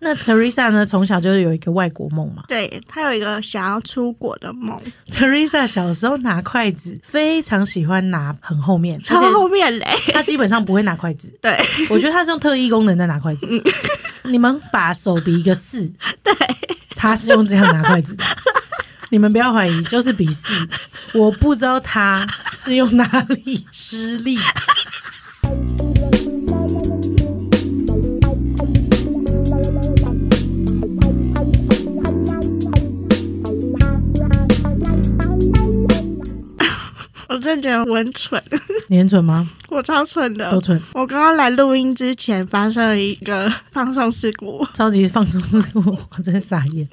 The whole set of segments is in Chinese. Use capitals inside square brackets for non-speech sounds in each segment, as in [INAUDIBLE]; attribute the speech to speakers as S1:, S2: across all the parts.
S1: 那 Teresa 呢，从小就是有一个外国梦嘛。 [LAUGHS]
S2: 对他有一个想要出国的梦，
S1: Teresa 小时候拿筷子，非常喜欢拿很后面，
S2: 超
S1: 而且
S2: 后面嘞。
S1: 她基本上不会拿筷子。
S2: [LAUGHS] 对
S1: 我觉得她是用特异功能在拿筷子。你们把手比一个四，
S2: 对，
S1: 她是用这样拿筷子的。你们不要怀疑，就是比四。我不知道她是用哪里失力。
S2: 我真的觉得我很蠢，
S1: 你很蠢吗？
S2: 我超蠢
S1: 都
S2: 的。
S1: 蠢，
S2: 我刚刚来录音之前发生了一个 [LAUGHS] 放送事故，
S1: 超级放松自我，我真的傻眼。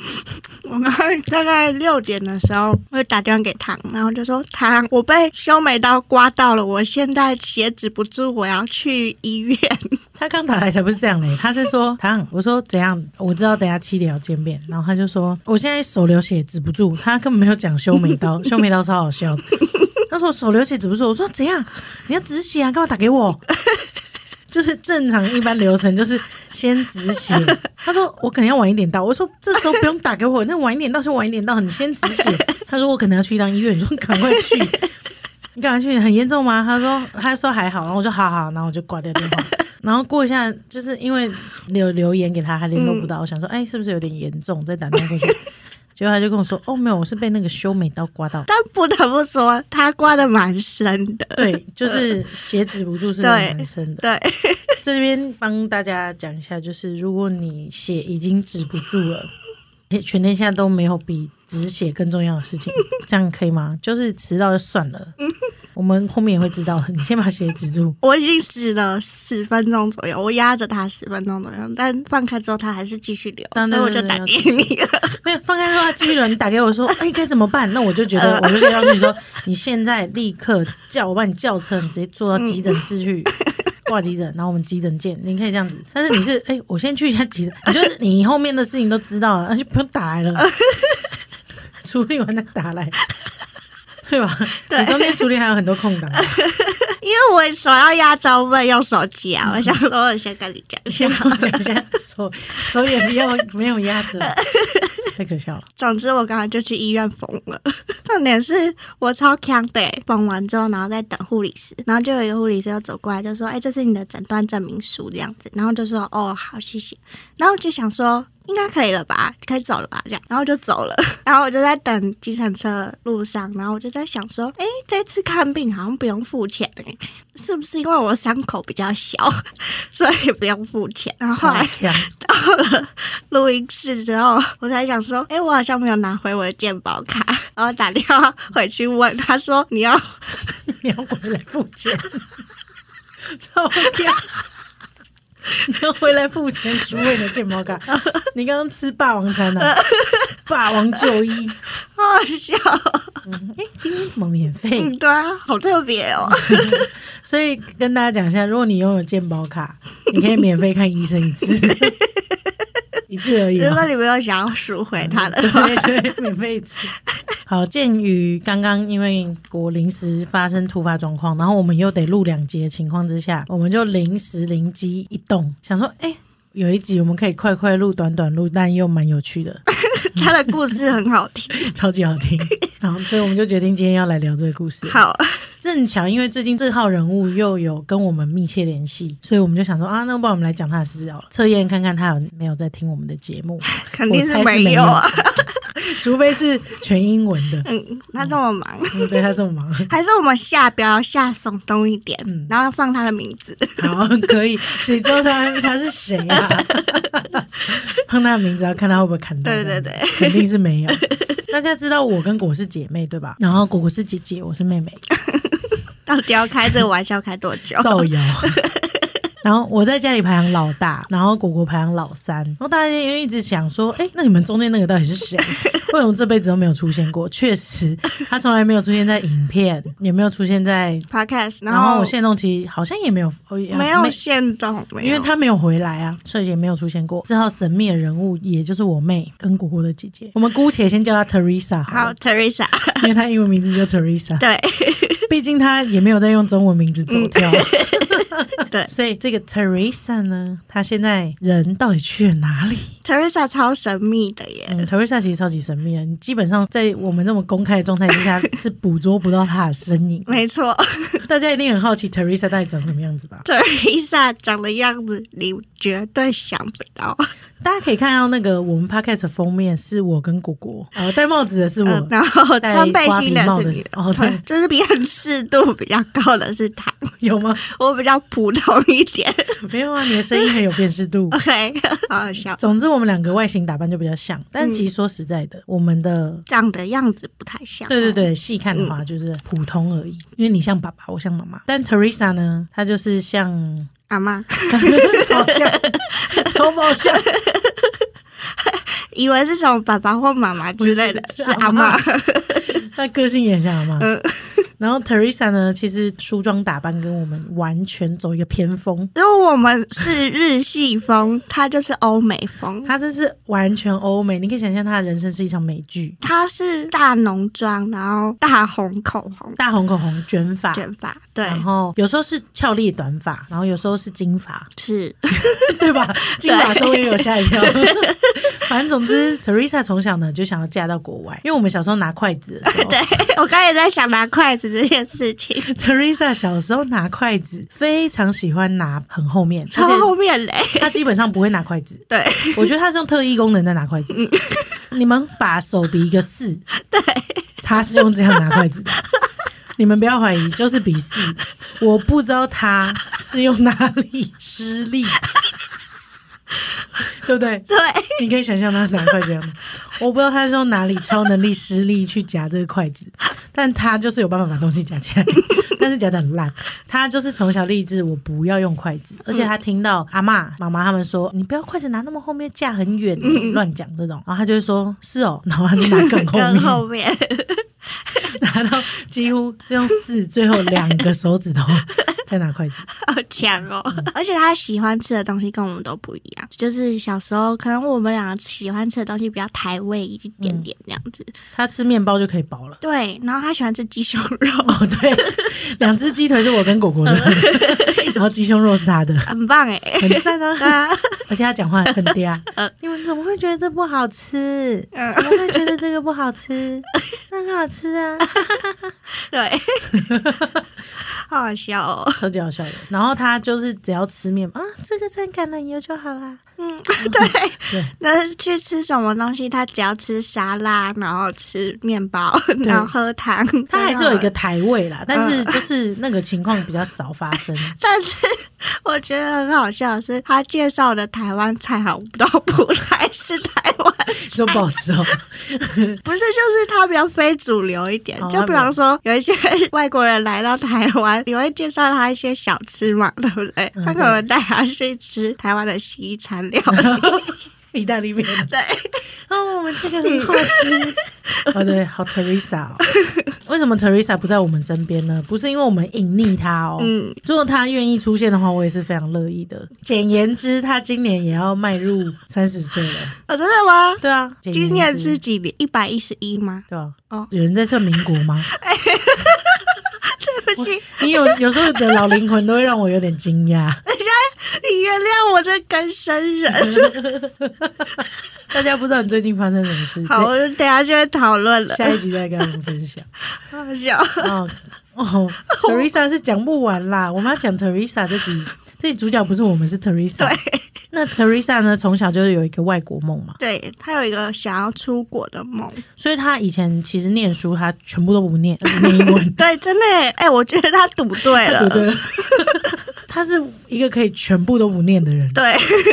S2: 我刚刚大概六点的时候，我就打电话给唐，然后就说唐，我被修眉刀刮到了，我现在血止不住，我要去医院。 [LAUGHS]
S1: 他刚打来才不是这样嘞、欸他是说唐，我说怎样？我知道等下七点要见面，然后他就说我现在手流血止不住，他根本没有讲修眉刀， [LAUGHS] 修眉刀超好笑的。 [LAUGHS] 他说我手流血止不住，我说哦怎样？你要止血啊？干嘛打给我？就是正常一般流程，就是先止血。他说我可能要晚一点到，我说这时候不用打给我，那晚一点到就晚一点到，你先止血。他说我可能要去一趟医院，你说赶快去，你赶快去，很严重吗？他说他说还好，然后我就好好，然后我就挂掉电话。然后过一下，就是因为留留言给他还联络不到，我想说哎是不是有点严重，再打电话过去。结果他就跟我说哦没有，我是被那个修眉刀刮到。
S2: 但不得不说，他刮的蛮深 [LAUGHS] 的。
S1: 对，就是血止不住是很难生的。
S2: 对，
S1: 这边帮大家讲一下，就是如果你血已经止不住了，全天下都没有比止血更重要的事情，这样可以吗？就是迟到就算了，我们后面也会知道的。你先把血止住，
S2: 我已经止了十分钟左右，我压着他十分钟左右，但放开之后他还是继续流，
S1: 当
S2: 所
S1: 然
S2: 以我就打给你了。 [LAUGHS]
S1: 没有放开之后，他继续有人打给我说：“哎、该怎么办？”那我就觉得，我就跟他说：“你现在立刻叫我帮你叫车，你直接坐到急诊室去。挂急诊，然后我们急诊见。你可以这样子，但是你是哎、我先去一下急诊，你就是你后面的事情都知道了，而且不用打来了，处理完再打来，对吧？
S2: 对
S1: 你中间处理还有很多空档，
S2: 因为我手要压着，我不能用手机啊。我想说，我先跟你讲一下
S1: 先。跟我讲一下，手手也不要没有压着，太可笑了。
S2: 总之，我刚刚就去医院缝了。 [LAUGHS] 重点是我超强的、欸缝完之后，然后再等护理师，然后就有一个护理师就走过来就说：“哎、这是你的诊断证明书，这样子。”然后就说：“哦，好，谢谢。”然后我就想说。应该可以了吧，可以走了吧，这样，然后就走了。 [LAUGHS] 然后我就在等计程车的路上，然后我就在想说，哎，这次看病好像不用付钱的、是不是因为我伤口比较小， [LAUGHS] 所以不用付钱？然后后来
S1: 超强
S2: 到了录音室之后，我才想说，哎、我好像没有拿回我的健保卡， [LAUGHS] 然后打电话回去问，他说你要
S1: 你要回来付钱，超屌！你要回来付钱赎回你的健保卡。你刚刚吃霸王餐啊？霸王就医，
S2: 好好哦笑，
S1: 哎、今天怎么免费？
S2: 嗯，对啊，好特
S1: [LAUGHS]
S2: 别哦，
S1: 所以跟大家讲一下，如果你拥有健保卡，你可以免费看医生一次，一次而已
S2: 如
S1: 嘛。
S2: 果你没有想要赎回
S1: [LAUGHS]
S2: 他的话，
S1: 对对，免费吃。好，鉴于刚刚因为我临时发生突发状况，然后我们又得录两集的情况之下，我们就临时灵机一动，想说，哎、有一集我们可以快快录、短短录，但又蛮有趣的， [LAUGHS]
S2: 他的故事很好听，
S1: 超级好听。好，所以我们就决定今天要来聊这个故事。
S2: 好，
S1: 正巧因为最近这号人物又有跟我们密切联系，所以我们就想说啊，那不然我们来讲他的事好了，测验看看他有没有在听我们的节目，
S2: 肯定
S1: 我猜是
S2: 没有啊，
S1: [LAUGHS] 除非是全英文的。
S2: 嗯，他这么忙，
S1: 嗯，对他这么
S2: [LAUGHS]
S1: 忙，
S2: 还是我们下标下耸动一点，
S1: 嗯
S2: 然后放他的名字，
S1: 好，可以。谁知道他他是谁啊？ [LAUGHS] 碰他的名字，要看他会不会看到。
S2: 对对对，
S1: 肯定是没有。大家知道我跟果是姐妹对
S2: 嗯
S1: 吧？然后果果是姐姐，我是妹妹，
S2: 到底要开这个玩笑开多久？
S1: [LAUGHS] 造
S2: [LAUGHS]
S1: 谣。然后我在家里排行老大，然后果果排行老三，然后大家就一直想说，哎，那你们中间那个到底是
S2: [LAUGHS]
S1: 谁？为什么这辈子都没有出现过？确实，他从来没有出现在影片，也没有出现在，
S2: Podcast，然
S1: 然后
S2: 后
S1: 我现动其实好像也没有，
S2: 没有限动，没有
S1: 因为他没有回来啊，所以也没有出现过。这号神秘的人物，也就是我妹跟果果的姐姐，我们姑且先叫她 Teresa 好
S2: 好
S1: 了，
S2: Teresa，
S1: 因为她英文 [LAUGHS] 名字叫 Teresa，
S2: 对。
S1: [LAUGHS] 毕竟她也没有在用中文名字走跳。
S2: 对
S1: 所以这个 Teresa 呢，她现在人到底去了哪里？
S2: [LAUGHS] ，Teresa 超神秘的耶，
S1: 嗯，Teresa 其实超级神秘的，你基本上在我们这么公开的状态之下是捕捉不到她的身 [LAUGHS] 影。
S2: 没错 [LAUGHS]
S1: 大家一定很好奇 Teresa 到底长什么样子吧？
S2: ，Teresa 长的样子你绝对想不到，
S1: 大家可以看到那个我们 podcast 的封面是我跟果果，呃，戴帽子的是我，
S2: 嗯，然后
S1: 戴
S2: 穿背
S1: 瓜皮
S2: 心的
S1: 帽
S2: 是
S1: 的
S2: 你
S1: 是，哦，对，
S2: 就是辨识度比较高的是他，
S1: 有吗？
S2: [LAUGHS]
S1: [LAUGHS]
S2: 我比较普通一点。 [LAUGHS]
S1: 没有啊，你的声音很有辨识度。
S2: OK，好好笑，
S1: 总之，我们两个外形打扮就比较像，但其
S2: 嗯
S1: 实说实在的，我们的
S2: 长的样子不太像。
S1: 对对，对，细看的话
S2: 嗯
S1: 就是普通而已。因为你像爸爸，我像妈妈，但 Teresa 呢，她就是像 [LAUGHS]
S2: 阿妈
S1: 超像，超爆像，
S2: [LAUGHS] 以为是什么爸爸或妈妈之类的，
S1: 是
S2: 是
S1: 阿
S2: 阿妈
S1: 嬷。她个性也很像妈妈。
S2: 嗯
S1: 然后 Teresa 呢，其实梳妆打扮跟我们完全走一个偏锋，
S2: [LAUGHS] 因为我们是日系风，他就是欧美风。
S1: 她真是完全欧美。你可以想象她的人生是一场美剧，
S2: 他是大浓妆，然后大红口红
S1: 大红口红卷发。
S2: 卷发，对，
S1: 然后有时候是俏丽短发，然后有时候是金发，
S2: [LAUGHS] 是
S1: 对吧？金发终于有吓一跳。反正总之，Teresa 从小呢就想要嫁到国外，因为我们小时候拿筷子的时候
S2: 对。 [LAUGHS] 我刚才也在想拿筷子这件事情，
S1: [LAUGHS] ，Teresa 小时候拿筷子非常喜欢拿很后面，
S2: 超
S1: 而
S2: 后面嘞，
S1: 且她基本上不会拿筷子。
S2: [LAUGHS] 对，
S1: 我觉得她是用特异功能在拿筷子。 [LAUGHS] 你们把手比一个四，
S2: 对，
S1: 她是用这样拿筷子的。你们不要怀疑，就是比四。我不知道她是用哪里失力，对不对？
S2: 对，
S1: [LAUGHS] 你可以想象他拿筷子吗？ [LAUGHS] 我不知道他是用哪里超能力失力去夹这个筷子，但他就是有办法把东西夹起来， [LAUGHS] 但是夹的很烂。他就是从小立志我不要用筷子，而且他听到阿嬷、妈妈他们说你不要筷子拿那么后面，架很远，欸乱讲这种，然后他就会说是哦， [LAUGHS] 然后他就 [LAUGHS] 拿更后
S2: 跟
S1: 面， [LAUGHS]
S2: 后面，
S1: 拿到几乎用四最后两个手指头再拿筷子。
S2: [LAUGHS] 好强哦！而且他喜欢吃的东西跟我们都不一样，就是小时候可能我们两个喜欢吃的东西比较台味一点点这样子。
S1: 他吃面包就可以饱了。
S2: 对，然后他喜欢吃鸡胸肉， [LAUGHS]
S1: 哦，对，两只鸡腿是我跟果果的， [LAUGHS] 然后鸡胸肉是他的。
S2: 很棒哎、
S1: [LAUGHS] 很赞啊！嗯
S2: 对啊，
S1: 而且他讲话很 [LAUGHS] 嗲，你们怎么会觉得这不好吃？怎么会觉得这个不好 [LAUGHS] 吃？那很好吃啊，
S2: [LAUGHS] 对， [LAUGHS] 好好笑哦。
S1: 超级好笑的。然后他就是只要吃面啊，这个蘸橄榄油就好啦。 [LAUGHS]
S2: 嗯，对
S1: 对。
S2: 那去吃什么东西？他只要吃沙拉，然后吃面包，然后喝汤。
S1: 他还是有一个，台味啦，但是
S2: 嗯
S1: 就是那个情况比较少发 [LAUGHS] 生。
S2: 但是 [LAUGHS] 我觉得很好笑的是，他介绍的台湾菜好都不太是台湾
S1: 就不好吃哦，
S2: 不是，就是它比较非主流一点。
S1: 哦
S2: 就比方说，有一些 [LAUGHS] 外国人来到台湾，你会介绍他一些小吃嘛，对不对？
S1: 嗯
S2: 他可能带他去吃台湾的西餐料 [LAUGHS] 理。
S1: 意大利面。
S2: 对，
S1: 哦，我们这个很好吃。 [LAUGHS] 哦，对，好 Teresa 哦。为什么 Teresa 不在我们身边呢？不是因为我们隐匿她哦，
S2: 嗯，
S1: 如果他愿意出现的话，我也是非常乐意的。简言之，他今年也要迈入三十岁了。
S2: 哦，真的吗？
S1: 对啊，简言
S2: 今
S1: 之
S2: 年是几年？一百一十一吗？ [LAUGHS]
S1: 对吧、
S2: 哦
S1: 有人在算民国吗？
S2: 对不起，
S1: 你有有时候的老灵魂都会让我有点惊讶。 [LAUGHS]
S2: 你原谅我这跟生人。
S1: 大家不知道你最近发生什么事，
S2: 好，我们等一下就会讨论了。
S1: 下一集再跟我们分 [LAUGHS] 享。
S2: 好笑，
S1: 哦哦，Teresa 是讲不完啦，我们要讲 Teresa 这集，这集主角不是我们是 Teresa。那 Teresa 呢，从小就是有一个外国梦嘛，
S2: 对他有一个想要出国的梦。
S1: 所以她以前其实念书，她全部都不念，她只念英文。
S2: 对，真的耶，哎、我觉得他赌对了。
S1: 对对 [LAUGHS] 了，他是一个可以全部都不念的人，
S2: 对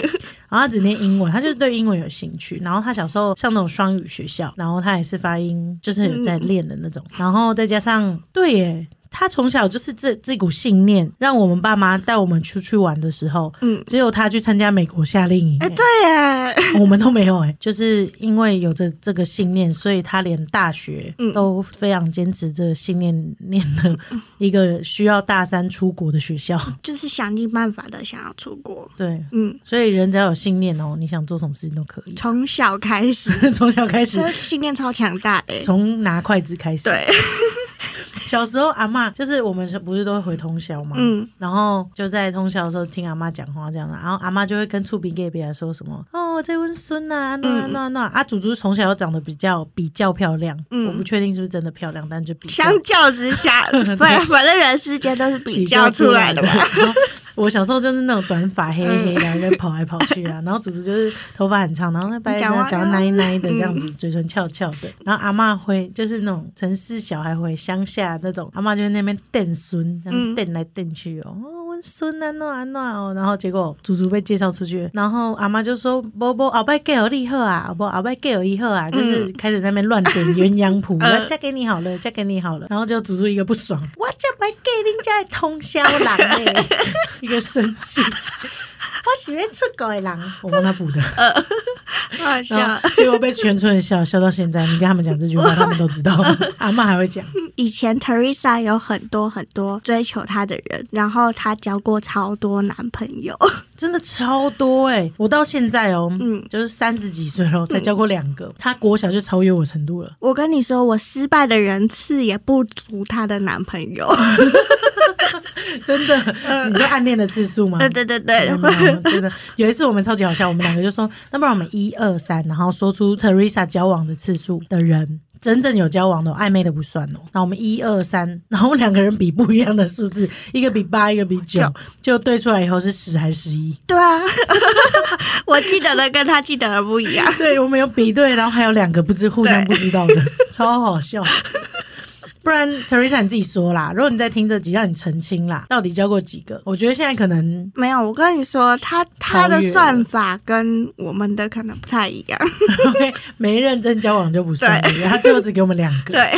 S2: [LAUGHS]
S1: 然后他只念英文，他就是对英文有兴趣。然后他小时候上那种双语学校，然后他也是发音就是有在练的那种，
S2: 嗯
S1: 然后再加上对耶。他从小就是这这股信念，让我们爸妈带我们出去玩的时候，
S2: 嗯
S1: 只有他去参加美国夏令营、
S2: 哎、
S1: 哎
S2: 对耶。
S1: 我们都没有哎、就是因为有着这个信念，所以他连大学
S2: 嗯
S1: 都非常坚持这个信念，念的一个需要大三出国的学
S2: [LAUGHS]
S1: 校。
S2: 就是想尽办法的想要出国。
S1: 对，
S2: 嗯，
S1: 所以人只要有信念哦，你想做什么事情都可以。 [LAUGHS]
S2: 从小开始，
S1: 从小开始 [LAUGHS]
S2: 这，信念超强大的欸、
S1: 从拿筷子开始，
S2: 对，
S1: 小时候阿嬷就是我们是不是都会回通宵嘛？
S2: 嗯，
S1: 然后就在通宵的时候听阿妈讲话这样啊的，然后阿妈就会跟厝边隔壁来说什么哦，我在问孙呐，那那那啊，祖祖从小又长得比较比较漂亮，
S2: 嗯
S1: 我不确定是不是真的漂亮，但就比较
S2: 相较之下，反反正人世间都是比较出
S1: [LAUGHS]
S2: 来的嘛。
S1: 然后我小时候就是那种短发黑黑的，在跑来跑去啊。然 [LAUGHS] 后祖祖就是头发很长，然后那白人
S2: 讲话嗯
S1: 呢讲奶奶的这样子，嘴唇翘翘的。然后阿嬷会就是那种城市小孩回乡下那种，阿嬷就在那边瞪孙，这
S2: 嗯
S1: 样瞪来瞪去哦。哦我孙啊，那啊那哦，然后结果祖祖被介绍出去，然后阿妈就说：“不不，鳌拜盖有利后啊，不鳌拜盖有以后啊，就是开始在那边乱点鸳鸯 [LAUGHS] 谱，
S2: 嗯
S1: 我嫁给你好了，嫁给你好了。”然后就祖祖一个不爽，我这摆给人家的通宵人嘞， [LAUGHS] 一个生气， [LAUGHS] 我喜欢出国的人，我帮他补的，
S2: 好
S1: 然 [LAUGHS]
S2: 笑。
S1: 后结果被全村人笑笑到现在。你跟他们讲这句 [LAUGHS] 话，他们都知道，阿妈还会讲，
S2: 以前 Teresa 有很多很多追求她的人，然后她交过超多男朋友。 [LAUGHS]
S1: 真的超多哎、我到现在哦，
S2: 嗯
S1: 就是三十几岁了，才交过两个，他国小就超越我程度了。
S2: 我跟你说，我失败的人次也不足她的男朋友。
S1: [LAUGHS] 真的， [LAUGHS] 呃你说暗恋的次数吗？
S2: [LAUGHS] 对对对对，
S1: 没有没有真的有一次我们超级好笑，我们两个就说，那不然我们一二三，然后说出 Teresa 交往的次数的人。真正有交往的哦、暧昧的不算哦。那我们一二三，然后我们两个人比不一样的数字，一个比八，一个比九，就对出来以后是十还是十一？
S2: 对啊， [LAUGHS] 我记得的跟她记得的不一样。
S1: [LAUGHS] 对，我们有比对，然后还有两个不知互相不知道的， [LAUGHS] 超好笑。不然，Teresa 你自己说啦。如果你在听这集，让你澄清啦，到底交过几个？我觉得现在可能
S2: 没有，我跟你说，她她的
S1: 超越了
S2: 算法跟我们的可能不太一样。 [LAUGHS]
S1: OK，没认真交往就不算，对不对他最后只给我们两个。
S2: 对。 [LAUGHS]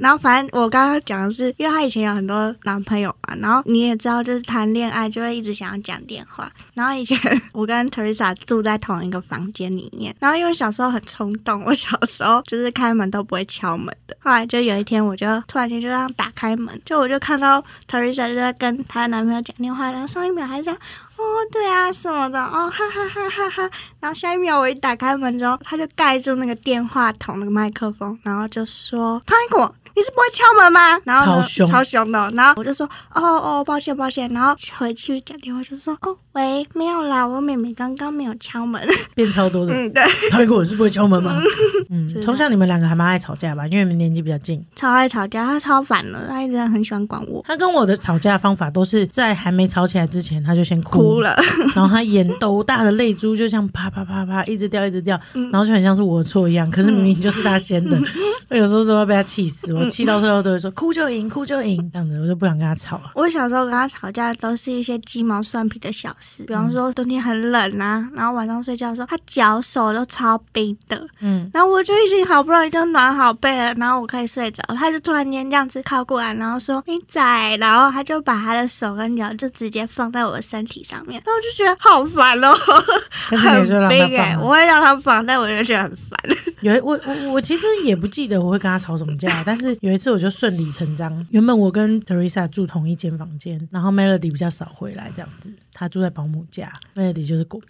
S2: 然后反正我刚刚讲的是，因为她以前有很多男朋友嘛，然后你也知道，就是谈恋爱就会一直想要讲电话。然后以前我跟 Teresa 住在同一个房间里面，然后因为小时候很冲动，我小时候就是开门都不会敲门的。后来就有一天，我就突然间就这样打开门，就我就看到 Teresa 就在跟她的男朋友讲电话，然后上一秒还在。哦，对啊，什么的，哦，哈哈哈哈哈。然后下一秒我一打开门之后，他就盖住那个电话筒那个麦克风，然后就说：“潘果，你是不会敲门吗？”然后
S1: 超
S2: 呢
S1: 凶
S2: 超凶的。然后我就说：“哦哦，抱歉抱歉。”然后回去讲电话就说：“哦喂，没有啦，我妹妹刚刚没有敲门。
S1: 变超”多的。
S2: 嗯，对，
S1: 他一个我是不会敲门
S2: [LAUGHS]
S1: 吗？嗯，
S2: 是的
S1: 从小你们两个还蛮爱吵架吧，因为你们年纪比较近。
S2: 超爱吵架，她超烦的，她一直很喜欢管我，
S1: 他跟我的吵架方法都是在还没吵起来之前，他就先哭
S2: 哭，了。
S1: 然后他眼斗大的泪珠就像啪啪啪啪一直掉一直掉，
S2: 嗯
S1: 然后就很像是我的错一样，可是明明就是他先的。
S2: 嗯
S1: 我有时候都要被他气死，我气到最后都会说哭就赢，哭就赢这样子，我就不想跟他吵了。
S2: 我小时候跟他吵架都是一些鸡毛蒜皮的小事，比方说冬天很冷啊，然后晚上睡觉的时候，他脚手都超冰的，
S1: 嗯，
S2: 然后我就已经好不容易都暖好被了，然后我可以睡着，他就突然间这样子靠过来，然后说你仔，然后他就把他的手跟脚就直接放在我的身体上面，然后我就觉得好烦哦，
S1: [LAUGHS] 但是你
S2: 很
S1: 也就让他
S2: 冰
S1: 放
S2: 哎、
S1: 了
S2: 我会让他放，但我就觉得很烦，
S1: [LAUGHS] 有一我我我其实也不记得我会跟他吵什么架，但是有一次我就顺理成章，原本我跟 Teresa 住同一间房间，然后 Melody 比较少回来这样子，她住在保姆家，Melody [LAUGHS] 就是狗。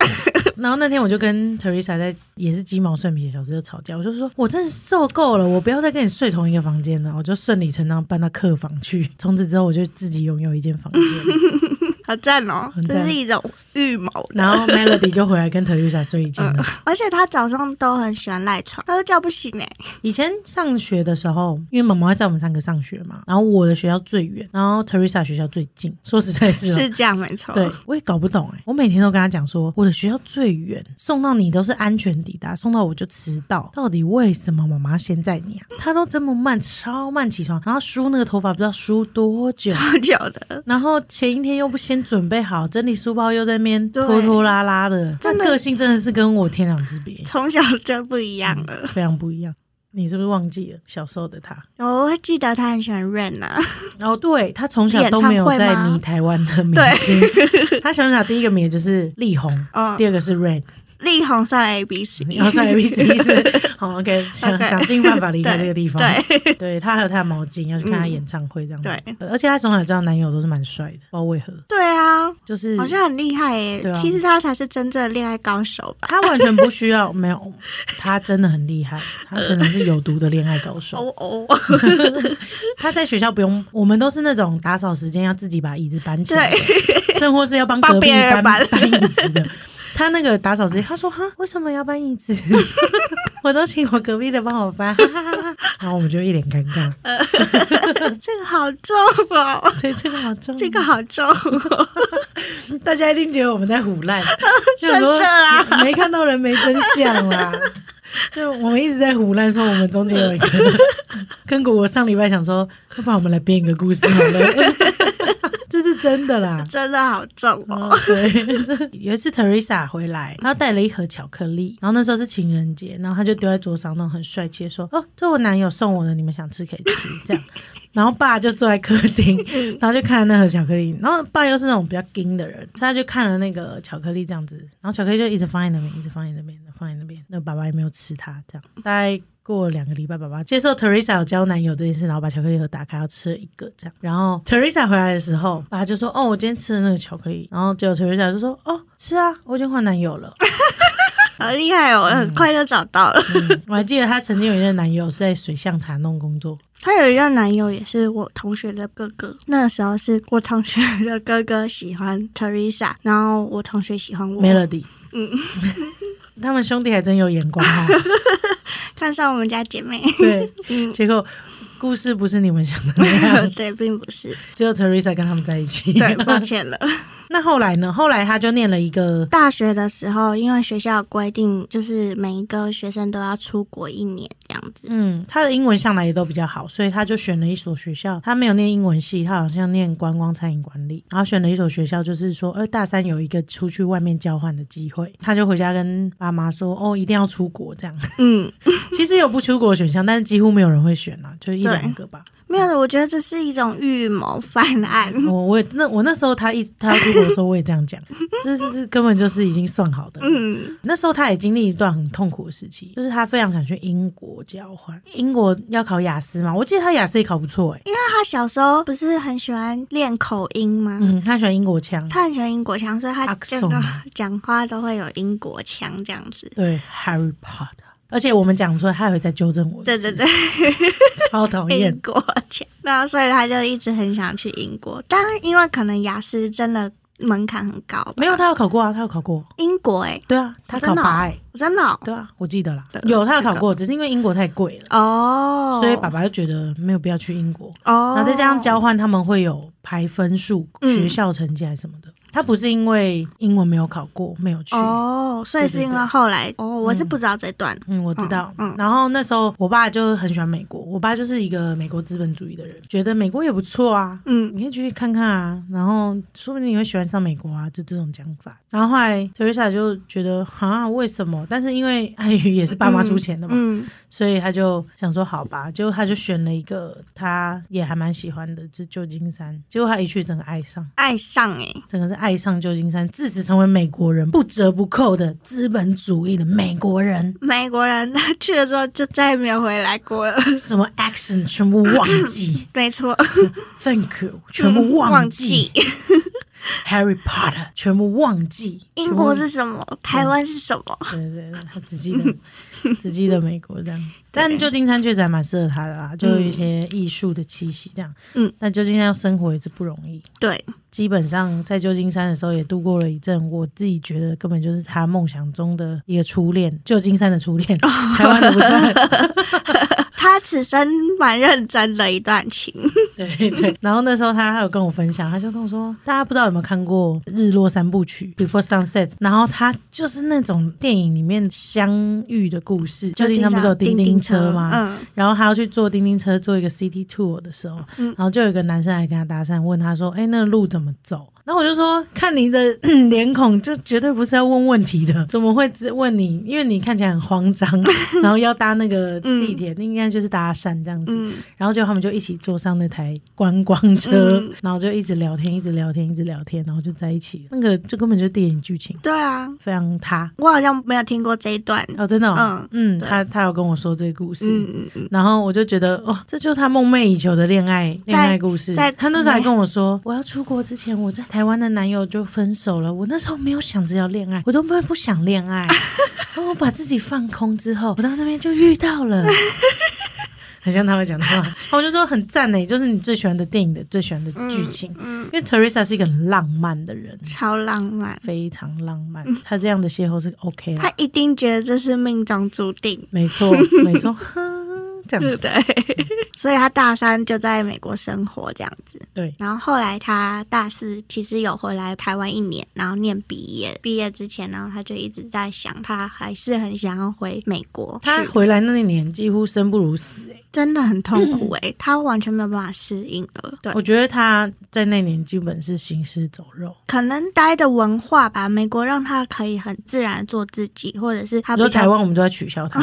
S1: 然后那天我就跟 Teresa 在也是鸡毛蒜皮的小事就吵架，我就说我真的受够了，我不要再跟你睡同一个房间了，我就顺理成章搬到客房去，从此之后我就自己拥有一间房间。 [LAUGHS]
S2: 好赞哦
S1: 很，赞
S2: 这是一种预谋的。
S1: 然后 Melody 就回来跟 Teresa 睡一间了。
S2: 而且他早上都很喜欢赖床，他都叫不醒哎、
S1: 以前上学的时候，因为妈妈会载我们三个上学嘛，然后我的学校最远，然后 Teresa 学校最近。说实在是、哦，
S2: 是这样没错。
S1: 对我也搞不懂哎、我每天都跟他讲说，我的学校最远，送到你都是安全抵达，送到我就迟到，到底为什么妈妈先载你啊？他都这么慢，超慢起床，然后梳那个头发不知道梳多
S2: [LAUGHS]
S1: 久。
S2: 超久的，
S1: 然后前一天又不先准备好，整理书包又在那边
S2: 对
S1: 拖拖拉拉的，
S2: 真的
S1: 个性真的是跟我天壤之别，
S2: 从小就不一样了。
S1: 非常不一样。你是不是忘记了小时候的他？
S2: 我会记得他很喜欢 Rain [LAUGHS] 啊，
S1: 哦，对他从小都没有在 [LAUGHS] 迷台湾的明星，他从小第一个迷的就是力宏，
S2: 嗯
S1: 第二个是 Rain，
S2: 力宏算 A B [LAUGHS] C，
S1: 然后算 A B C
S2: [LAUGHS]
S1: 是好 OK，想
S2: OK
S1: 想尽办法离开这个地方。
S2: [LAUGHS] 对，对嗯
S1: 对他还有他的毛巾，要去看他演唱会这样子。
S2: 对
S1: 呃，而且他从小知道男友都是蛮帅的，不知道为何，
S2: 对啊，
S1: 就是
S2: 好像很厉害耶、
S1: 对啊
S2: 其实他才是真正的恋爱高手 [LAUGHS] 吧？
S1: 他完全不需要， [LAUGHS] 没有，他真的很厉害，他可能是有毒的恋爱高手。
S2: [LAUGHS] 哦哦，
S1: 他在学校不用，我们都是那种打扫时间要自己把椅子搬起来的， [LAUGHS] 甚或是要帮
S2: 帮
S1: 隔壁
S2: 别人
S1: 搬
S2: 搬
S1: 搬椅子的。他那个打扫时间，他说哈，为什么要搬椅子？ [LAUGHS] 我都请我隔壁的帮我 [LAUGHS] 搬，哈哈哈哈然后我们就一脸尴 [LAUGHS] 尬。
S2: [LAUGHS] 这个好重 [LAUGHS] 哦，
S1: 对，这个好重要，
S2: 这个好重 [LAUGHS] 哦，
S1: 大家一定觉得我们在胡 [LAUGHS] 乱，就说
S2: 真的啦
S1: 没看到人没真相 [LAUGHS] 啦。就我们一直在胡乱说，我们中间有一个 [LAUGHS] 跟果果上礼拜想说，要不然我们来编一个故事好 [LAUGHS] 了，这是真的啦。
S2: 真的好重哦。
S1: 哦，对， [LAUGHS] 有一次 Teresa 回来，她带了一盒巧克力，然后那时候是情人节，然后她就丢在桌上，那种很帅气的说：“哦，这我男友送我的，你们想吃可以吃。”这样，然后爸就坐在客厅，然后就看那盒巧克力，然后爸又是那种比较硬的人，所以他就看了那个巧克力这样子，然后巧克力就一直放在那边，一直放在那边，放在那边，那爸爸也没有吃它，这样大概。过了两个礼拜，爸爸接受 Teresa 有交男友这件事，然后把巧克力盒打开，要吃了一个这样。然后 Teresa 回来的时候，爸就说：“哦，我今天吃了那个巧克力。”然后结果 Teresa 就说：“哦，是啊，我已经换男友了。
S2: 好厉害哦！很快就找到了。
S1: 嗯”我还记得她曾经有一任男友是在水象茶弄工作，
S2: 她有一个男友，也是我同学的哥哥。那时候是我同学的哥哥喜欢 Teresa，然后我同学喜欢我，
S1: Melody。嗯， [LAUGHS] 他们兄弟还真有眼光哈、哦。
S2: 看上我们家姐
S1: [LAUGHS]
S2: 妹。
S1: 对，
S2: 嗯
S1: 结果故事不是你们想的那样，
S2: 对，并不是。
S1: 只有 Teresa 跟他们在一起。
S2: 对，抱歉了。
S1: [LAUGHS] 那后来呢？后来他就念了一个
S2: 大学的时候，因为学校有规定，就是每一个学生都要出国一年这样子。
S1: 嗯，他的英文向来也都比较好，所以他就选了一所学校。他没有念英文系，他好像念观光餐饮管理，然后选了一所学校，就是说，呃，大三有一个出去外面交换的机会，他就回家跟爸妈说，哦，一定要出国这样。 [LAUGHS]
S2: 嗯，
S1: 其实有不出国的选项，但是几乎没有人会选啊，就一
S2: 对
S1: 两个吧。
S2: 没有的，我觉得这是一种预谋犯案。
S1: 我我也那我那时候他一他要出国的时候，我也这样讲，这是这根本就是已经算好的。
S2: 嗯，
S1: 那时候他也经历一段很痛苦的时期，就是他非常想去英国交换，英国要考雅思嘛，我记得他雅思也考不错哎、
S2: 那他小时候不是很喜欢练口音吗？
S1: 嗯，他喜欢英国腔，
S2: 他很喜欢英国腔，所以他这
S1: Accent
S2: 个讲话都会有英国腔这样子。
S1: 对 Harry Potter，而且我们讲出来，他还会再纠正我，
S2: 对对，对，
S1: 超讨厌
S2: [LAUGHS] 英。国
S1: [LAUGHS]
S2: 腔。然后所以他就一直很想去英国，但因为可能雅思真的门槛很高吧。
S1: 没有，他有考过啊，他有考过，
S2: 英国哎、
S1: 对啊，他考
S2: 真的哦
S1: 八哎、
S2: 我真的哦
S1: 对啊，我记得啦
S2: 对，
S1: 有他有考过，只是因为英国太贵了，
S2: 哦，
S1: 所以爸爸就觉得没有必要去英国。
S2: 哦，
S1: 然后再加上交换，他们会有排分数、
S2: 嗯
S1: 学校成绩还是什么的。他不是因为英文没有考过，没有去。
S2: 哦，所以是因为后来哦，我是
S1: 嗯
S2: 不知道这段。
S1: 嗯，我知道。
S2: 嗯嗯
S1: 然后那时候我爸就很喜欢美国，我爸就是一个美国资本主义的人，觉得美国也不错啊，
S2: 嗯，
S1: 你可以去看看啊，然后说不定你会喜欢上美国啊，就这种讲法。然后后来 Teresa 就觉得哈，为什么？但是因为碍于也是爸妈出钱的嘛，
S2: 嗯，
S1: 所以他就想说好吧，结果他就选了一个他也还蛮喜欢的，就是旧金山。结果他一去，整个爱上，
S2: 爱上哎、
S1: 整个是爱上旧金山，自此成为美国人不折不扣的资本主义的美国人，
S2: 美国人他去了之后就再也没有回来过了。 [LAUGHS]
S1: 什么 action 全部忘记
S2: 没错，
S1: ，thank you 全部忘
S2: [LAUGHS] 忘
S1: 记。Harry Potter 全部忘记，
S2: 英国是什么，台湾是什么。
S1: 对对对，他只记得只记得美国这样，但旧金山确实还蛮适合他的啦，就有一些艺术的气息这样。
S2: 嗯，
S1: 但旧金山要生活也是不容易。
S2: 对，
S1: 基本上在旧金山的时候也度过了一阵，我自己觉得根本就是他梦想中的一个初恋，旧金山的初恋，台湾的不算。
S2: 他此生蛮认真的一段情。
S1: 嗯对对。然后那时候他还有跟我分享，他就跟我说，大家不知道有没有看过《日落三部曲》（Before Sunset），然后他就是那种电影里面相遇的故事。旧金山不是有叮叮车吗？
S2: 嗯，
S1: 然后他要去坐叮叮车做一个 city tour 的时候，
S2: 嗯
S1: 然后就有一个男生来跟他搭讪，问他说：“哎，那个路怎么走？”然后我就说，看你的 [CLEARS THROAT] 脸孔，就绝对不是要问问题的，怎么会只问你？因为你看起来很慌
S2: [LAUGHS]
S1: 张，然后要搭那个地铁，那应该就是搭讪这样子。
S2: 嗯
S1: 然后就他们就一起坐上那台观光车，
S2: 嗯
S1: 然后就一直聊天，一直聊天，一直聊天，然后就在一起了。那个就根本就电影剧情，
S2: 对啊，
S1: 非常他
S2: 我好像没有听过这一段。
S1: 哦，真的、哦，嗯
S2: 对
S1: 他他有跟我说这个故事。
S2: 嗯嗯嗯，
S1: 然后我就觉得，哦，这就是他梦寐以求的恋爱恋爱故事
S2: 在。
S1: 他那时候还跟我说，我要出国之前，我在台湾的男友就分手了。我那时候没有想着要恋爱，我都没有不想恋
S2: [LAUGHS]
S1: 爱。然后我把自己放空之后，我到那边就遇到
S2: [LAUGHS]
S1: 了。很像他会讲的话，然后我就说很赞呢，就是你最喜欢的电影的最喜欢的剧情，
S2: 嗯
S1: 因为 Teresa 是一个很浪漫的人，
S2: 超浪漫。
S1: 非常浪漫，她这样的邂逅是 OK 的
S2: 嗯他，一定觉得这是命中注定，
S1: 没错没错， [LAUGHS] 呵这样
S2: 对
S1: 子
S2: 不对？嗯 [LAUGHS] 所以他大三就在美国生活这样子。
S1: 对，
S2: 然后后来他大四其实有回来台湾一年，然后念毕业。毕业之前，然后他就一直在想，他还是很想要回美国去。
S1: 她回来那一年几乎生不如死、欸
S2: 真的很痛苦诶、他完全没有办法适应了。对，
S1: 我觉得他在那年基本是行尸走肉，
S2: 可能待的文化吧，美国让他可以很自然地做自己，或者是他
S1: 你
S2: 比
S1: 说
S2: 较
S1: 台湾我们都在取笑
S2: [LAUGHS]
S1: 他，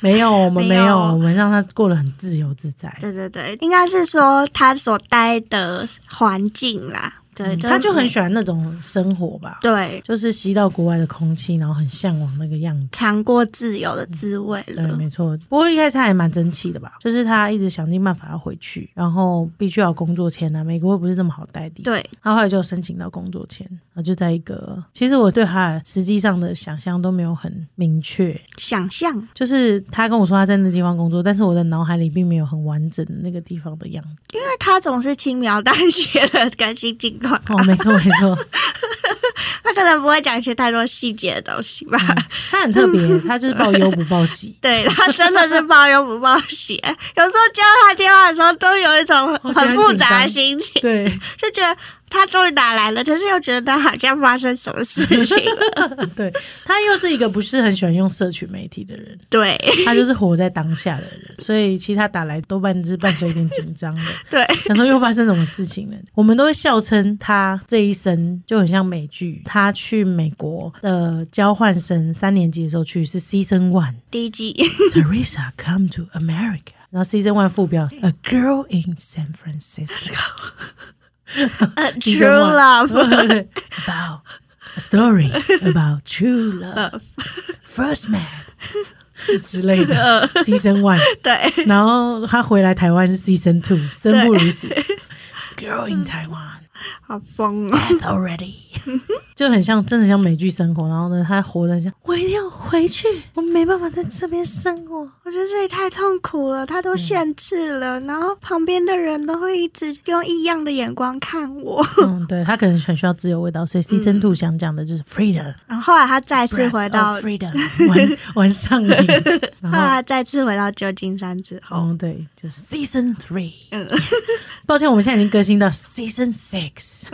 S1: 没有，我们没
S2: 没有
S1: 有，我们让他过得很自由自在。
S2: 对对对，应该是说他所待的环境啦，对，
S1: 嗯他就很喜欢那种生活吧，
S2: 对
S1: 就是吸到国外的空气，然后很向往那个样子。
S2: 尝过自由的滋味
S1: 对，
S2: 了。
S1: 没错。不过一开始他还蛮争气的吧，就是他一直想尽办法要回去，然后必须要有工作签啊。美国又不是那么好待的，
S2: 对，
S1: 他后来就申请到工作签，然后就在一个，其实我对他实际上的想象都没有很明确，
S2: 想象，
S1: 就是他跟我说他在那地方工作，但是我的脑海里并没有很完整的那个地方的样子。
S2: 因为他总是轻描淡写的跟心情况，
S1: 哦，没错没错，
S2: 他可能不会讲一些太多细节的东西吧。。
S1: 他很特别，他就是报忧不报喜
S2: [LAUGHS] 对他真的是报忧不报喜，有时候接到他电话的时候，都有一种
S1: 我觉得
S2: 很
S1: 很
S2: 复杂
S1: 紧张
S2: 的心情，
S1: 对，
S2: 就觉得他终于打来了，可是又觉得他好像发生什么事情
S1: [LAUGHS]
S2: 了。
S1: 对他又是一个不是很喜欢用社群媒体的人，
S2: 对
S1: 他就是活在当下的人，所以其他打来多半是伴随一点紧张的，
S2: 对，
S1: 想说又发生什么事情了。我们都会笑称他这一生就很像美剧，他去美国的交换生三年级的时候去是 Season One。 [LAUGHS]
S2: 第一 [LAUGHS] 季
S1: Teresa come to America。然后 season one 副标 A girl in San Francisco
S2: 呃
S1: Season
S2: ，True
S1: one
S2: Love。
S1: about a story about true love [LAUGHS] first man [LAUGHS] 之类的 season one。
S2: 对，
S1: [LAUGHS] 然后他回来台湾是 season two，生不如死。Girl in Taiwan
S2: 好疯哦！
S1: death already，就很像，真的像美剧生活。然后呢，他活得很像，我一定要回去，我没办法在这边生活。
S2: 我觉得这里太痛苦了，他
S1: 嗯
S2: 都限制了，然后旁边的人都会一直用异样的眼光看
S1: [LAUGHS]
S2: 我。
S1: 嗯，对他可能很需要自由味道，所以 season two 想讲的就是 freedom，
S2: 然后后来他再次
S1: breath
S2: 回到
S1: of，freedom [LAUGHS] 玩玩上瘾，然
S2: 后
S1: 后。
S2: 来再次回到旧金山之后，
S1: 哦，对，就是 season three。抱歉，我们现在已经更新到 season [LAUGHS] six。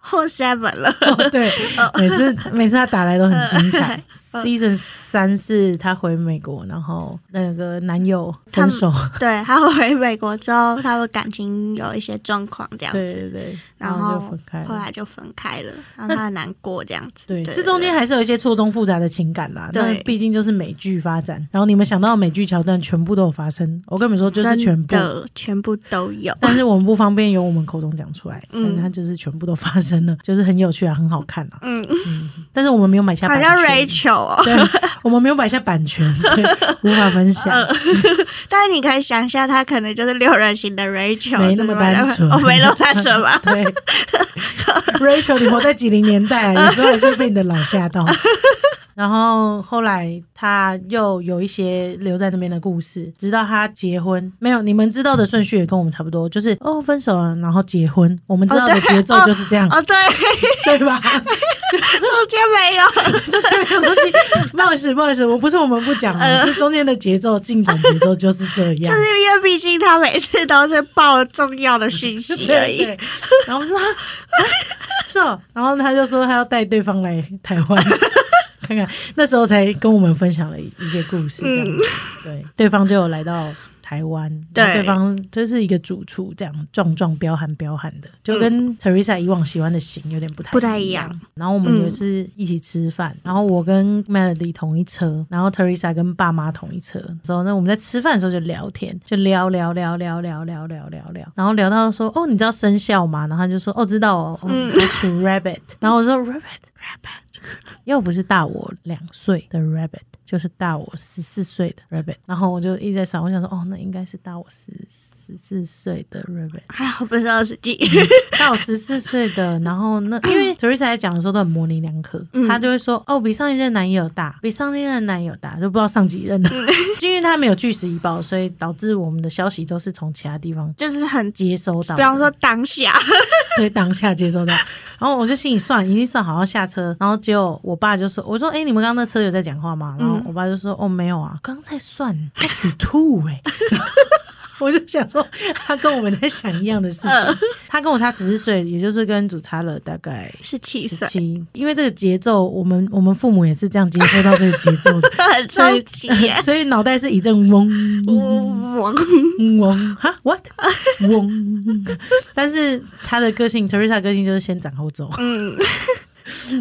S2: 后 seven 了。 [LAUGHS]
S1: 哦对，每次每次他打来都很精 [LAUGHS] 彩。season 三是他回美国，然后那个男友分手。
S2: 对他回美国之后，他的感情有一些状况这样
S1: 对
S2: 子，
S1: 对对，
S2: 然
S1: 后
S2: 后
S1: 就分开
S2: 后
S1: 了。
S2: 来就分开了，然后他很难过这样子。
S1: 对，这中间还是有一些错综复杂的情感啦。
S2: 对
S1: 那毕竟就是美剧发展，然后你们想到的美剧桥段全部都有发生。我跟你们说，就是全部
S2: 真。的全部都有。
S1: 但是我们不方便由我们口中讲出来，嗯，
S2: 嗯
S1: 它就是全部都发生了， [LAUGHS] 就是很有趣啊，很好看啊。 [LAUGHS]
S2: 嗯，
S1: 但是我们没有买下
S2: 好
S1: 版
S2: 像
S1: 权，
S2: Rachel 哦，
S1: 对，我们没有买下版权，所以无法分
S2: [LAUGHS]
S1: 享。
S2: 呃但是你可以想象，他可能就是六人行的 Rachel，
S1: 没那么单纯
S2: 哦，没那么单纯
S1: [LAUGHS]
S2: 吧？
S1: 对，Rachel，你活在几零年
S2: [LAUGHS]
S1: 代啊？有时候还是被你的老吓到。然后后来他又有一些留在那边的故事，直到他结婚。没有，你们知道的顺序也跟我们差不多，就是哦分手了，然后结婚。我们知道的节奏就是这样，
S2: 哦，对，
S1: 对
S2: [LAUGHS]
S1: 吧？
S2: 中间没
S1: [LAUGHS]
S2: 有，
S1: 就是没有东西。不好意思，不好意思，我不是我们不讲啊，是中间的节奏进展节奏就是这
S2: 呃就
S1: 样。
S2: 是因为毕竟他每次都是报重要的讯息而已
S1: 对。对然后我们说啊啊是哦，然后他就说他要带对方来台湾 [LAUGHS] 看看，那时候才跟我们分享了一些故事，这样、对，对方就有来到。台湾，
S2: 嗯对
S1: 然后对方就是一个主厨这样壮壮彪悍彪悍的，就跟 Teresa 以往喜欢的型有点不太
S2: 嗯不太
S1: 一
S2: 一样。
S1: 然后我们有一次一起吃饭，然后我跟 Melody 同一车，然后 Teresa 跟爸妈同一车。之后那我们在吃饭的时候就聊天，就聊聊聊聊聊聊聊聊聊，然后聊到说哦，你知道生肖吗？然后他就说哦，知道哦，哦我属 Rabbit。然后我说 Rabbit Rabbit。又不是大我两岁的 rabbit，就是大我十四岁的 rabbit。然后我就一直在想，我想说，哦，那应该是大我十十四岁的 rabbit，
S2: 还好哎不是二十几，
S1: 大我十四岁的。然后那因
S2: [CLEARS THROAT]
S1: 为 Teresa 在讲的时候都很模棱两可，
S2: 嗯
S1: 她就会说，哦，比上一任男友大，比上一任男友大，就不知道上几任 [LAUGHS]
S2: 嗯
S1: 了。因为她没有据实以报，所以导致我们的消息都是从其他地方。
S2: [LAUGHS] 就是很，
S1: 接收到的，
S2: 比方说当下，
S1: 所以当下接收到， [LAUGHS] 然后我就心里算，已经算好要下车，然后结果我爸就说：“我说，哎、你们刚刚那车有在讲话吗？”
S2: 嗯
S1: 然后我爸就说：“哦，没有啊，刚在算，
S2: [LAUGHS]
S1: 他属兔哎、 [LAUGHS] 我就想说，他跟我们在想一样的事
S2: 嗯
S1: 情。他跟我差十四岁，也就是跟主差了大概
S2: 十七
S1: 十
S2: 岁，，
S1: 七。因为这个节奏，我们我们父母也是这样接收到这个节奏的
S2: 很
S1: 所
S2: 着
S1: 以。
S2: 急耶
S1: 所以脑袋是一阵嗡
S2: 我
S1: 嗡哈 what 嗡，但是他的个性，Teresa 个性就是先斩后奏，
S2: 嗯，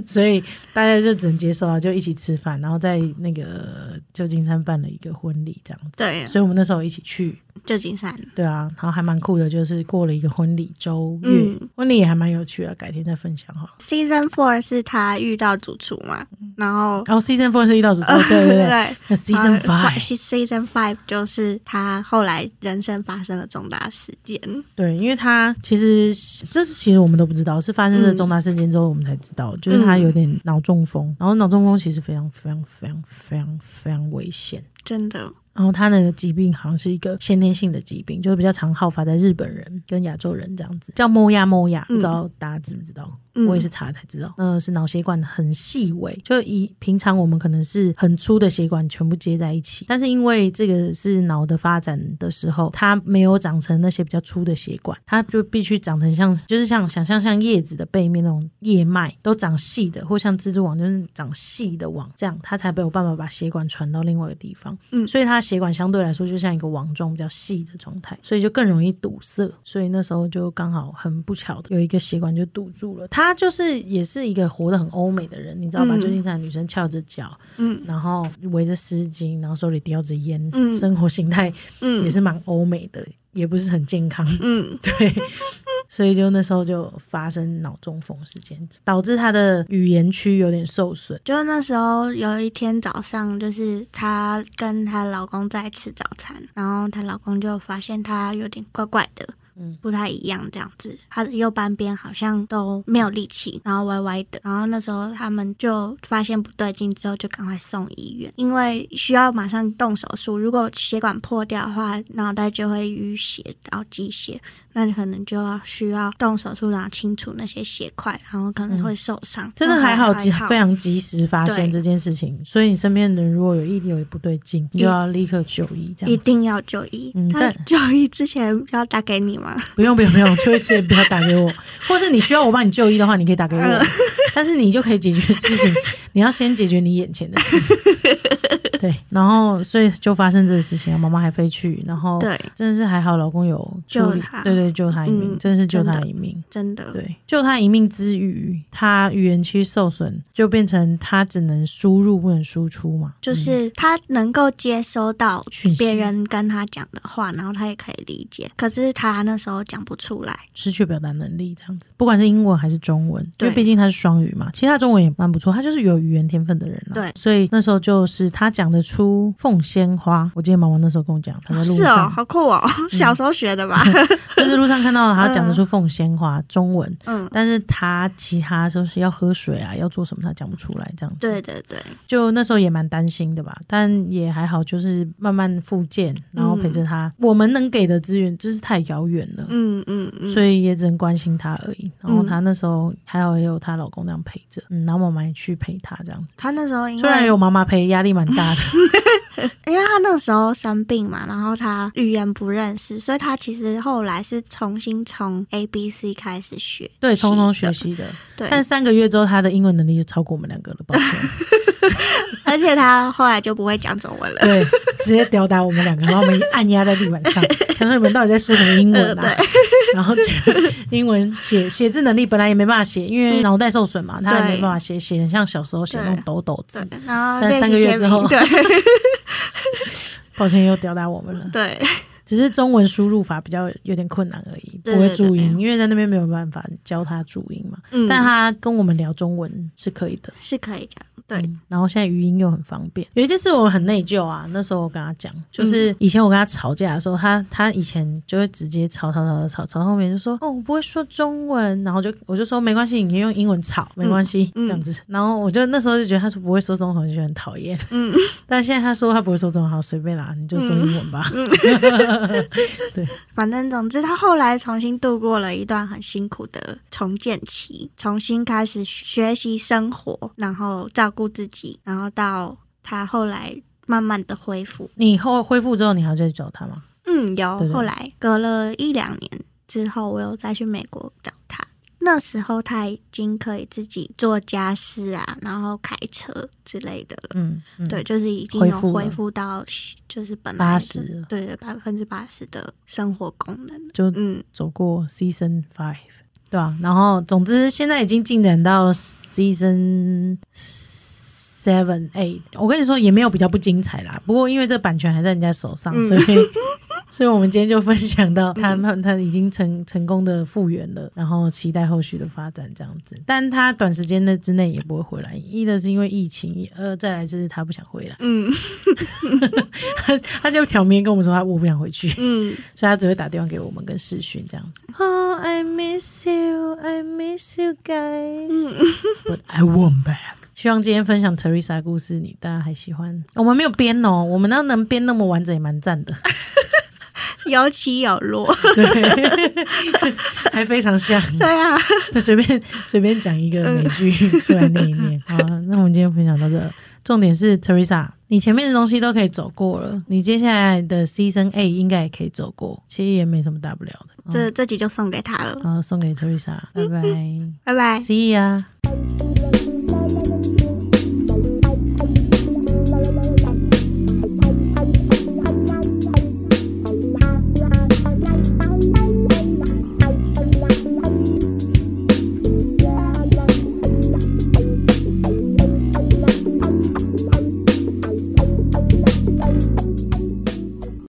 S1: 所以大家就只能接受啊，就一起吃饭，然后在那个旧金山办了一个婚礼这样子，
S2: 对，
S1: 所以我们那时候一起去，
S2: 旧金山，
S1: 对啊，然后还蛮酷的，就是过了一个婚礼周月，
S2: 嗯
S1: 婚礼也还蛮有趣的，改天再分享哈。
S2: Season Four 是他遇到主厨嘛，然后
S1: 然后 Season Four 是一到主做，嗯哦对对
S2: [LAUGHS]
S1: 对。那 Season
S2: 然后
S1: Five，
S2: Season Five 就是他后来人生发生了重大事件，
S1: 对，因为他其实就是其实我们都不知道，是发生了重大事件之后我们才知道，就是他有点脑中风，然后脑中风其实非常非常非常非常非常危险，
S2: 真的，
S1: 然后他的疾病好像是一个先天性的疾病，就是比较常好发在日本人跟亚洲人这样子，叫猫亚猫亚，不知道大家知不知道？
S2: 嗯
S1: 我也是查才知道，嗯、是脑血管很细微，就以平常我们可能是很粗的血管全部接在一起，但是因为这个是脑的发展的时候，它没有长成那些比较粗的血管，它就必须长成像，就是像想象像叶子的背面那种叶脉都长细的，或像蜘蛛网就是长细的网，这样它才没有办法把血管传到另外一个地方。
S2: 嗯
S1: 所以它血管相对来说就像一个网状比较细的状态，所以就更容易堵塞。所以那时候就刚好很不巧的有一个血管就堵住了。她就是也是一个活得很欧美的人，你知道吧？
S2: 嗯
S1: 旧金山的女生翘着脚，
S2: 嗯
S1: 然后围着丝巾，然后手里叼着烟，
S2: 嗯
S1: 生活形态也
S2: 嗯
S1: 是蛮欧美的，也不是很健康。 [LAUGHS]
S2: 嗯，
S1: 对，所以就那时候就发生脑中风事件，导致他的语言区有点受损。
S2: 就那时候有一天早上，就是她跟她老公在吃早餐，然后她老公就发现她有点怪怪的。
S1: 嗯
S2: 不太一样这样子，她的右半边好像都没有力气，然后歪歪的。然后那时候他们就发现不对劲，之后就赶快送医院，因为需要马上动手术。如果血管破掉的话，脑袋就会淤血，然后积血，那你可能就要需要动手术，然后清除那些血块，然后可能会受伤。
S1: 嗯真的还好及
S2: 还好
S1: 非常及时发现
S2: 对
S1: 这件事情，所以你身边的人如果有一有不对劲，你就
S2: 一
S1: 要立刻就医，这
S2: 一
S1: 样子
S2: 定要就医。
S1: 嗯
S2: 他
S1: 但
S2: 就医之前要打给你吗？
S1: 不用不用不 [LAUGHS] 用，就会直接不要打给我，或是你需要我帮你就医的话，你可以打给我
S2: 嗯，
S1: [LAUGHS] 但是你就可以解决事
S2: [LAUGHS]
S1: 情，你要先解决你眼前的事情。对，然后所以就发生这个事情，妈妈还飞去，然后
S2: 对，
S1: 真的是还好，老公有处
S2: 救
S1: 理
S2: 她
S1: 对对，救她一命，
S2: 嗯
S1: 真的是救
S2: 真
S1: 她
S2: 的
S1: 一命。
S2: 真的，
S1: 对，救他一命之余，他语言区受损，就变成他只能输入不能输出嘛，
S2: 就是他能够接收到
S1: 讯息
S2: 别人跟他讲的话，然后他也可以理解。可是他那时候讲不出来，
S1: 失去表达能力这样子，不管是英文还是中文，因
S2: 对
S1: 为毕竟他是双语嘛，其实他中文也蛮不错，他就是有语言天分的人啦。
S2: 对
S1: 所以那时候就是他讲得出凤仙花，我记得妈妈那时候跟我讲，她在路
S2: 是哦，
S1: 上，嗯
S2: 好酷哦，小时候学的吧？
S1: [LAUGHS] 就是路上看到他
S2: [LAUGHS]
S1: 讲得出凤仙花中文，
S2: 嗯，
S1: 但是他其他时候是要喝水啊，要做什么他讲不出来这样子。
S2: 对对对，
S1: 就那时候也蛮担心的吧，但也还好，就是慢慢复健，
S2: 嗯
S1: 然后陪着他。我们能给的资源真是太遥远了，
S2: 嗯嗯嗯，
S1: 所以也只能关心他而已。然后她那时候还好也有她老公这样陪着，嗯，然后妈妈也去陪她这样子。
S2: 他那时候因
S1: 虽然
S2: 为 [LAUGHS]
S1: 有妈妈陪，压力蛮大的，
S2: 因为他那时候生病嘛，然后他语言不认识，所以他其实后来是重新从 A B C 开始学，
S1: 对，从中学。习的。
S2: 对，
S1: 但三个月之后，他的英文能力就超过我们两个了，抱歉。
S2: 而且他后来就不会讲中文 [LAUGHS] 了。
S1: 对，直接吊打我们两个，然后我们按压在地板
S2: [LAUGHS]
S1: 上，想说你们到底在说什么英文
S2: 呃
S1: 啊？ [LAUGHS] 然后就英文写写字能力本来也没办法写，因为脑袋受损嘛，他也没办法写，写得像小时候写那种抖抖字。
S2: 对，然后
S1: 但
S2: 练
S1: 三个
S2: 习
S1: 月
S2: 签
S1: 之后
S2: 名，对
S1: 抱歉，又吊打我们了。
S2: 对
S1: 只是中文输入法比较有点困难而已，不
S2: 对
S1: 会
S2: 对
S1: 注
S2: 对
S1: 音，因为在那边没有办法教他注音嘛。
S2: 嗯
S1: 但他跟我们聊中文是可以的。
S2: 是可以啊讲，对，
S1: 嗯然后现在语音又很方便。有一件事我很内疚啊，那时候我跟他讲，
S2: 嗯
S1: 就是以前我跟他吵架的时候，他他以前就会直接吵吵吵吵吵，到后面就说哦我不会说中文，然后就我就说没关系，你可以用英文吵，没关系、
S2: 嗯
S1: 这样子。然后我就那时候就觉得他说不会说中文，我就觉得很讨厌。
S2: 嗯，
S1: [LAUGHS] 但现在他说他不会说中文，好随便啦，你就说英文吧。
S2: 嗯反正总之，他后来重新度过了一段很辛苦的重建期，重新开始学习生活，然后照顾自己，然后到他后来慢慢的恢复。
S1: 你后恢复之后，你还要再去找他吗？
S2: 嗯，有
S1: 对对
S2: 后来隔了一两年之后，我又再去美国找他。那时候他已经可以自己做家事啊，然后开车之类的了。
S1: 嗯，嗯
S2: 对，，就是已经
S1: 恢
S2: 有
S1: 复
S2: 恢
S1: 了
S2: 复到就是本来的
S1: 80了
S2: 对对百分之八十的生活功能了。
S1: 就
S2: 嗯，
S1: 走过 Season Five，对啊，然后总之现在已经进展到 Season Seven Eight，我跟你说也没有比较不精彩啦。不过因为这版权还在人家手上，
S2: 嗯
S1: 所以 [LAUGHS] 所以我们今天就分享到他们他已经成成功的复原了，然后期待后续的发展这样子。但他短时间内之内也不会回来，一的是因为疫情，二再来就是他不想回来，
S2: 嗯
S1: [LAUGHS] 他 [LAUGHS] 就挑明跟我们说他我不想回去。
S2: 嗯，
S1: 所以他只会打电话给我们跟视讯这样子。Oh, I miss you, I miss you guys, [LAUGHS] but I want back. 希望今天分享 Teresa 的故事，你大家还喜欢？我们没有编哦，我们那能编那么完整也蛮赞的， [LAUGHS]
S2: 有起有落。
S1: 对，还非常像。
S2: 对啊，
S1: 那随便随便讲一个美剧出来念一念。好啊，那我们今天分享到这，重点是 Teresa，你前面的东西都可以走过了，你接下来的 Season A 应该也可以走过，其实也没什么大不了的。嗯呃
S2: 这这集就送给他了，
S1: 好，送给 Teresa，拜拜
S2: 拜拜。
S1: ，See ya。